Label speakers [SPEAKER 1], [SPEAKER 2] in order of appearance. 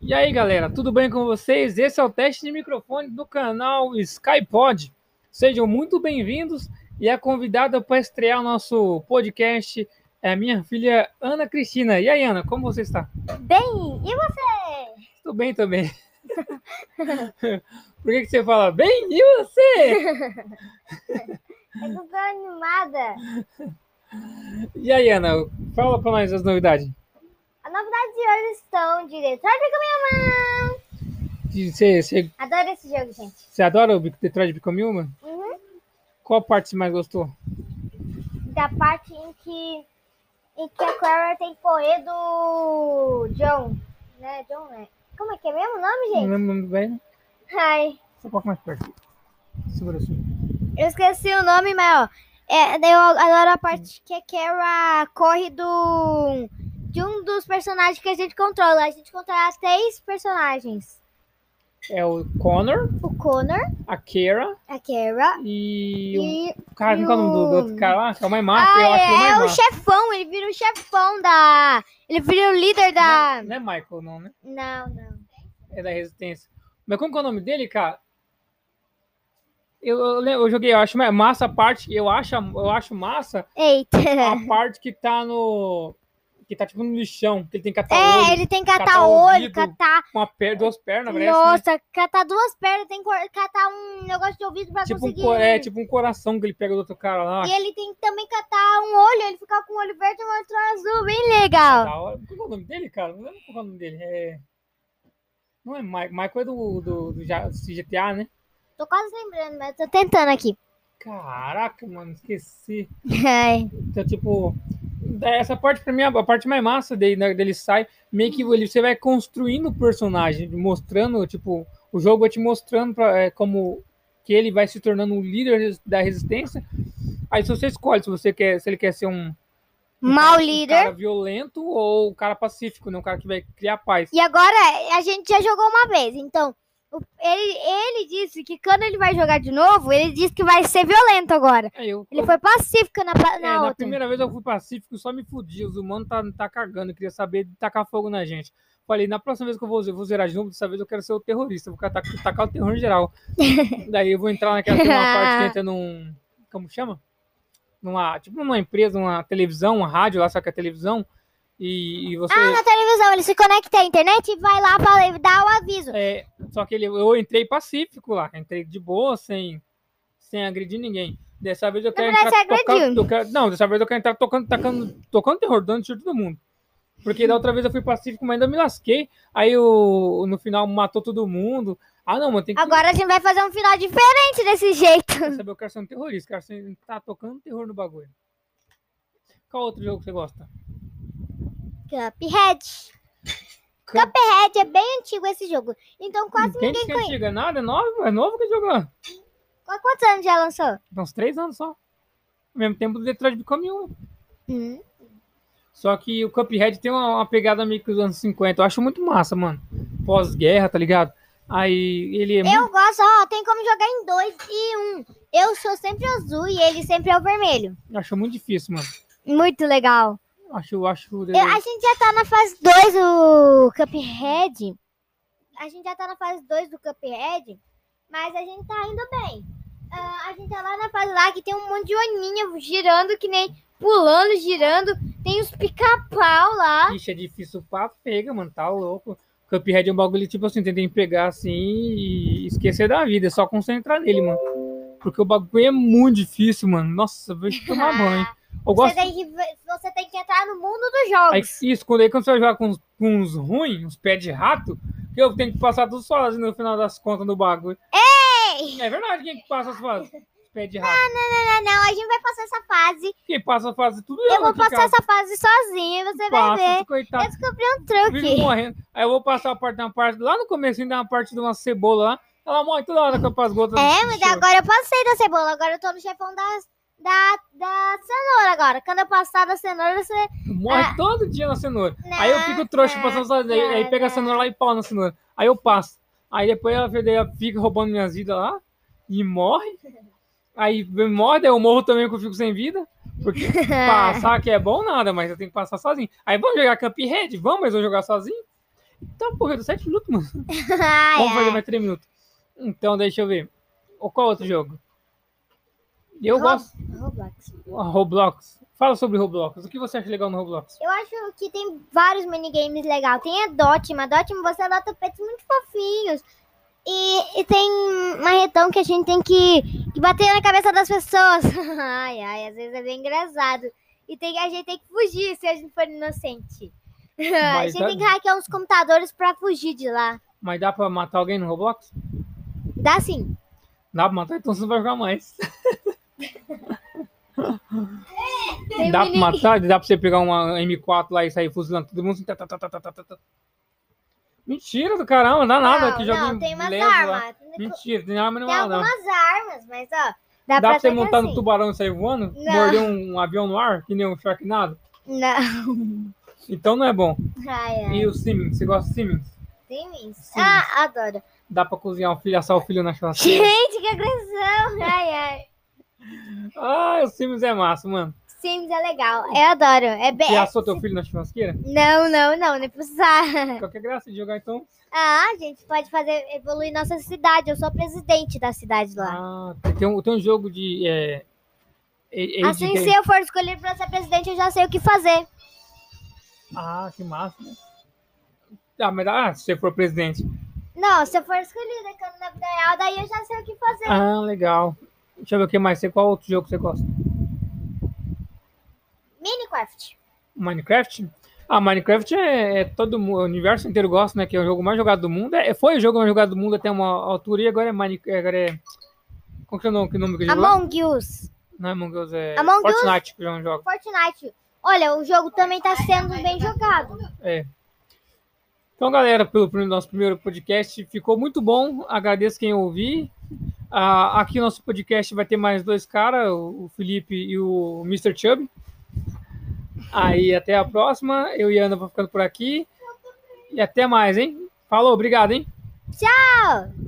[SPEAKER 1] E aí, galera, tudo bem com vocês? Esse é o teste de microfone do canal SkyPod. Sejam muito bem-vindos e a convidada para estrear o nosso podcast é a minha filha Ana Cristina. E aí, Ana, como você está?
[SPEAKER 2] Bem, e você?
[SPEAKER 1] Tudo bem também. Por que, que você fala bem e você?
[SPEAKER 2] Eu não tô animada.
[SPEAKER 1] E aí, Ana, fala para nós as novidades.
[SPEAKER 2] A novidade de hoje estão Diretório Become Human.
[SPEAKER 1] De- Você, você,
[SPEAKER 2] Adoro esse jogo, gente.
[SPEAKER 1] você adora o Be- Detroit Become Human?
[SPEAKER 2] Uhum.
[SPEAKER 1] Qual parte você mais gostou?
[SPEAKER 2] Da parte em que, em que a Clara tem que correr do John. Né, John, né? Como é que é mesmo o nome,
[SPEAKER 1] Não
[SPEAKER 2] gente?
[SPEAKER 1] lembro o nome do velho.
[SPEAKER 2] Ai,
[SPEAKER 1] Só um pouco mais perto. Segura assim.
[SPEAKER 2] eu esqueci o nome, mas ó. É, eu adoro a parte que a Kara corre do. De um dos personagens que a gente controla. A gente controla três personagens:
[SPEAKER 1] É o Connor,
[SPEAKER 2] o Connor,
[SPEAKER 1] a Kara
[SPEAKER 2] a Kara
[SPEAKER 1] e um o
[SPEAKER 2] e
[SPEAKER 1] cara,
[SPEAKER 2] e
[SPEAKER 1] qual é o nome do, do
[SPEAKER 2] o-
[SPEAKER 1] outro cara lá? Que é o mais massa,
[SPEAKER 2] Ah,
[SPEAKER 1] eu acho que é o
[SPEAKER 2] é,
[SPEAKER 1] mais
[SPEAKER 2] o
[SPEAKER 1] massa.
[SPEAKER 2] chefão, ele vira o chefão da. Ele vira o líder da.
[SPEAKER 1] Não é Michael, não, né?
[SPEAKER 2] Não, não.
[SPEAKER 1] É da Resistência. Mas como que é o nome dele, cara? Eu, eu, le- eu joguei, eu acho ma- massa a parte, eu acho, a- eu acho massa
[SPEAKER 2] Eita.
[SPEAKER 1] a parte que tá no. Que tá tipo no lixão, que ele tem que catar o
[SPEAKER 2] É,
[SPEAKER 1] olho
[SPEAKER 2] ele tem que catar
[SPEAKER 1] catar o
[SPEAKER 2] olho,
[SPEAKER 1] ouvido,
[SPEAKER 2] catar.
[SPEAKER 1] com uma per duas pernas, parece. né?
[SPEAKER 2] Nossa, catar duas pernas, tem que cor- catar um negócio de ouvido pra
[SPEAKER 1] Tipo um,
[SPEAKER 2] conseguir.
[SPEAKER 1] cor- é, tipo um coração que ele pega do outro cara lá.
[SPEAKER 2] E ele tem que também catar um olho, ele fica com o olho verde e o outro azul, bem legal.
[SPEAKER 1] Da hora. Qual que é o nome dele, cara? Não lembro qual é o nome dele. É... Não é Michael. Michael é do, do, do Ja- GTA, né?
[SPEAKER 2] Tô quase lembrando, mas tô tentando aqui.
[SPEAKER 1] Caraca, mano, esqueci.
[SPEAKER 2] Ai,
[SPEAKER 1] Então, tipo, essa parte pra mim é a parte mais massa dele, né, dele sai. Meio que ele, você vai construindo o personagem, mostrando, tipo, o jogo vai te mostrando pra, é, como que ele vai se tornando o líder res- da resistência. Aí se você escolhe se você quer, se ele quer ser um, um
[SPEAKER 2] Mal
[SPEAKER 1] cara- um
[SPEAKER 2] líder.
[SPEAKER 1] cara violento ou um cara pacífico, né? Um cara que vai criar paz.
[SPEAKER 2] E agora, a gente já jogou uma vez, então. o- Ele, ele disse que quando ele vai jogar de novo, ele disse que vai ser violento agora.
[SPEAKER 1] Aí eu,
[SPEAKER 2] Ele foi pacífico na, pa-
[SPEAKER 1] É,
[SPEAKER 2] na
[SPEAKER 1] na
[SPEAKER 2] outra.
[SPEAKER 1] primeira vez eu fui pacífico, só me fudi. Os humanos tá, tá cagando, queria saber de tacar fogo na gente. Falei, na próxima vez que eu vou, vou zerar de novo, dessa vez eu quero ser o terrorista, vou tacar, tacar o terror em geral. Daí eu vou entrar naquela tem uma parte que entra num. Como chama? Numa, tipo numa empresa, uma televisão, uma rádio lá, só que é televisão. E, e você.
[SPEAKER 2] Ah, na televisão, ele se conecta à internet e vai lá pra dar o aviso.
[SPEAKER 1] É, só que ele, eu entrei pacífico lá, entrei de boa, sem, sem agredir ninguém. Dessa vez eu quero
[SPEAKER 2] verdade,
[SPEAKER 1] entrar
[SPEAKER 2] você agrediu.
[SPEAKER 1] tocando, eu quero- Não, dessa vez eu quero entrar tocando, tacando, tocando terror, dando tiro em todo mundo. Porque da outra vez eu fui pacífico, mas ainda me lasquei. Aí eu, no final matou todo mundo. Ah, não, mano, tem que
[SPEAKER 2] Agora a gente vai fazer um final diferente desse jeito.
[SPEAKER 1] saber, eu quero ser um terrorista, quero ser, tá tocando terror no bagulho. Qual outro jogo que você gosta?
[SPEAKER 2] Cuphead.
[SPEAKER 1] Cup-
[SPEAKER 2] Cuphead é bem antigo esse jogo. Então quase
[SPEAKER 1] Quem disse que é antigo? É nada, é novo, é novo que jogou.
[SPEAKER 2] Há quantos anos já lançou?
[SPEAKER 1] Tem uns três anos só. Ao mesmo tempo do Detroit Become um. Human.
[SPEAKER 2] Hum.
[SPEAKER 1] Só que o Cuphead tem uma, uma pegada meio que dos anos 50. Eu acho muito massa, mano. Pós-guerra, tá ligado? Aí ele é muito.
[SPEAKER 2] Eu gosto, ó, tem como jogar em dois e um. Eu sou sempre azul e ele sempre é o vermelho.
[SPEAKER 1] eu Acho muito difícil, mano.
[SPEAKER 2] Muito legal.
[SPEAKER 1] Acho, acho.
[SPEAKER 2] Eu- a gente já tá na fase 2 do Cuphead. A gente já tá na fase 2 do Cuphead, mas a gente tá indo bem. Ah, a gente tá lá na fase lá que tem um monte de oninha girando, que nem pulando, girando. Tem os pica-pau lá.
[SPEAKER 1] Ixi, é difícil pra pega, mano. Tá louco. Cuphead é um bagulho, tipo assim, tem que pegar assim e esquecer da vida. É só concentrar nele, mano. Porque o bagulho é muito difícil, mano. Nossa, eu vou tomar banho. Eu
[SPEAKER 2] Você
[SPEAKER 1] gosto.
[SPEAKER 2] tem, que, ver- você tem que entrar no mundo dos
[SPEAKER 1] Aí,
[SPEAKER 2] jogos.
[SPEAKER 1] isso, quando, aí, quando você vai jogar com, uns- com uns ruins, uns pés de rato, que eu tenho que passar tudo sozinho no final das contas do bagulho.
[SPEAKER 2] Ei!
[SPEAKER 1] É verdade, quem que passa as fases? Os pés de rato.
[SPEAKER 2] Não, não, a gente vai passar essa fase.
[SPEAKER 1] Quem passa a fase tudo
[SPEAKER 2] Eu vou
[SPEAKER 1] aqui,
[SPEAKER 2] passar
[SPEAKER 1] cara.
[SPEAKER 2] essa fase sozinha, você vai
[SPEAKER 1] Passa,
[SPEAKER 2] ver. Eu
[SPEAKER 1] coitado.
[SPEAKER 2] descobri um
[SPEAKER 1] Vive
[SPEAKER 2] truque.
[SPEAKER 1] morrendo. Aí eu vou passar a parte da parte. Lá no começo ainda uma parte de uma cebola lá. Ela morre toda hora que eu passo gotas.
[SPEAKER 2] É,
[SPEAKER 1] do
[SPEAKER 2] mas
[SPEAKER 1] choro.
[SPEAKER 2] agora eu passei da cebola, agora eu tô no chefão da, da, da cenoura agora. Quando eu passar da cenoura, você. né?
[SPEAKER 1] Morre
[SPEAKER 2] Ah.
[SPEAKER 1] todo dia na cenoura.
[SPEAKER 2] Não,
[SPEAKER 1] aí eu fico trouxa
[SPEAKER 2] não,
[SPEAKER 1] passando sozinho. Aí, aí
[SPEAKER 2] não,
[SPEAKER 1] pega a
[SPEAKER 2] não.
[SPEAKER 1] cenoura lá e pau na cenoura. Aí eu passo. Aí depois ela fica- ela fica roubando minhas vidas lá. E morre. Aí morre, daí eu morro também que eu fico sem vida. Porque é passar que é bom nada, mas eu tenho que passar sozinho. Aí vamos jogar Cuphead? Vamos, mas eu vou jogar sozinho. Então, porra, deu 7 minutos, mano.
[SPEAKER 2] Ai,
[SPEAKER 1] Vamos fazer
[SPEAKER 2] ai.
[SPEAKER 1] mais 3 minutos. Então, deixa eu ver. Ou qual outro jogo? Eu
[SPEAKER 2] Ro-
[SPEAKER 1] gosto.
[SPEAKER 2] Roblox.
[SPEAKER 1] Ah, Roblox. Fala sobre Roblox. O que você acha legal no Roblox?
[SPEAKER 2] Eu acho que tem vários minigames legais. Tem a Dottima. Dottima você adota pets muito fofinhos. E, e tem marretão que a gente tem que, que bater na cabeça das pessoas. Ai, ai, às vezes é bem engraçado. E tem, a gente tem que fugir se a gente for inocente. a
[SPEAKER 1] Mas
[SPEAKER 2] gente
[SPEAKER 1] dá-
[SPEAKER 2] tem que hackear uns computadores pra fugir de lá.
[SPEAKER 1] Mas dá pra matar alguém no Roblox?
[SPEAKER 2] Dá sim.
[SPEAKER 1] Dá pra matar, então você não vai jogar mais.
[SPEAKER 2] Tem um
[SPEAKER 1] Dá pra
[SPEAKER 2] mini-
[SPEAKER 1] matar? Dá pra você pegar uma M4 lá e sair fuzilando todo mundo? assim, tá, tá, tá, tá, tá, tá, tá. Mentira do caramba, não dá nada.
[SPEAKER 2] Não,
[SPEAKER 1] que
[SPEAKER 2] não,
[SPEAKER 1] joguinho
[SPEAKER 2] tem umas
[SPEAKER 1] leve lá.
[SPEAKER 2] armas.
[SPEAKER 1] Mentira, tem arma
[SPEAKER 2] Tem
[SPEAKER 1] nenhuma lá, não.
[SPEAKER 2] algumas armas, mas ó.
[SPEAKER 1] Dá
[SPEAKER 2] Dá,
[SPEAKER 1] pra você
[SPEAKER 2] atacar
[SPEAKER 1] montar no
[SPEAKER 2] assim.
[SPEAKER 1] tubarão e sair voando?
[SPEAKER 2] Não.
[SPEAKER 1] Morder um avião no ar, que nem um Sharknado?
[SPEAKER 2] Não.
[SPEAKER 1] Então não é bom.
[SPEAKER 2] Ai, ai.
[SPEAKER 1] E o Simmons, você gosta de Simmons?
[SPEAKER 2] Tem isso.
[SPEAKER 1] Sim.
[SPEAKER 2] Ah, adoro.
[SPEAKER 1] Dá pra cozinhar o filho, assar o filho na churrasqueira?
[SPEAKER 2] Gente, que agressão! Ai, ai.
[SPEAKER 1] ah, o Simmons é massa, mano.
[SPEAKER 2] Sims é legal. Eu adoro. É bem.
[SPEAKER 1] Você assou teu filho na churrasqueira?
[SPEAKER 2] Não, não, não, nem precisar.
[SPEAKER 1] Qualquer graça de jogar, então.
[SPEAKER 2] Ah, a gente pode fazer evoluir nossa cidade. Eu sou presidente da cidade lá.
[SPEAKER 1] Ah, tem um, tem um jogo de. É, a- age
[SPEAKER 2] assim,
[SPEAKER 1] game.
[SPEAKER 2] se eu for escolher pra ser presidente, eu já sei o que fazer.
[SPEAKER 1] Ah, que massa. né? Ah, mas ah, se você for presidente.
[SPEAKER 2] Não, se eu for escolhida quando na vida real, daí eu já sei o que fazer.
[SPEAKER 1] Ah, legal. Deixa eu ver o que mais. Você- Qual outro jogo você gosta? Ah.
[SPEAKER 2] Minecraft.
[SPEAKER 1] Minecraft? Ah, Minecraft é, é todo mundo, o universo inteiro gosta, né? Que é o jogo mais jogado do mundo. É, foi o jogo mais jogado do mundo até uma altura e agora é Minecraft. Agora é. Qual que é o nome, que nome que eu jogo? lá?
[SPEAKER 2] Among Us.
[SPEAKER 1] Não é Among Us, é
[SPEAKER 2] Among Us?
[SPEAKER 1] Fortnite que eu não jogo.
[SPEAKER 2] Fortnite. Olha, o jogo também tá sendo bem jogado.
[SPEAKER 1] É. Então, galera, pelo prim- nosso primeiro podcast, ficou muito bom. Agradeço quem ouvir. Ah, aqui nosso podcast vai ter mais dois caras, o o Felipe e o Mr. Chubb. Aí, até a próxima. Eu e a Ana vou ficando por aqui. E até mais, hein? Falou, obrigado, hein?
[SPEAKER 2] Tchau!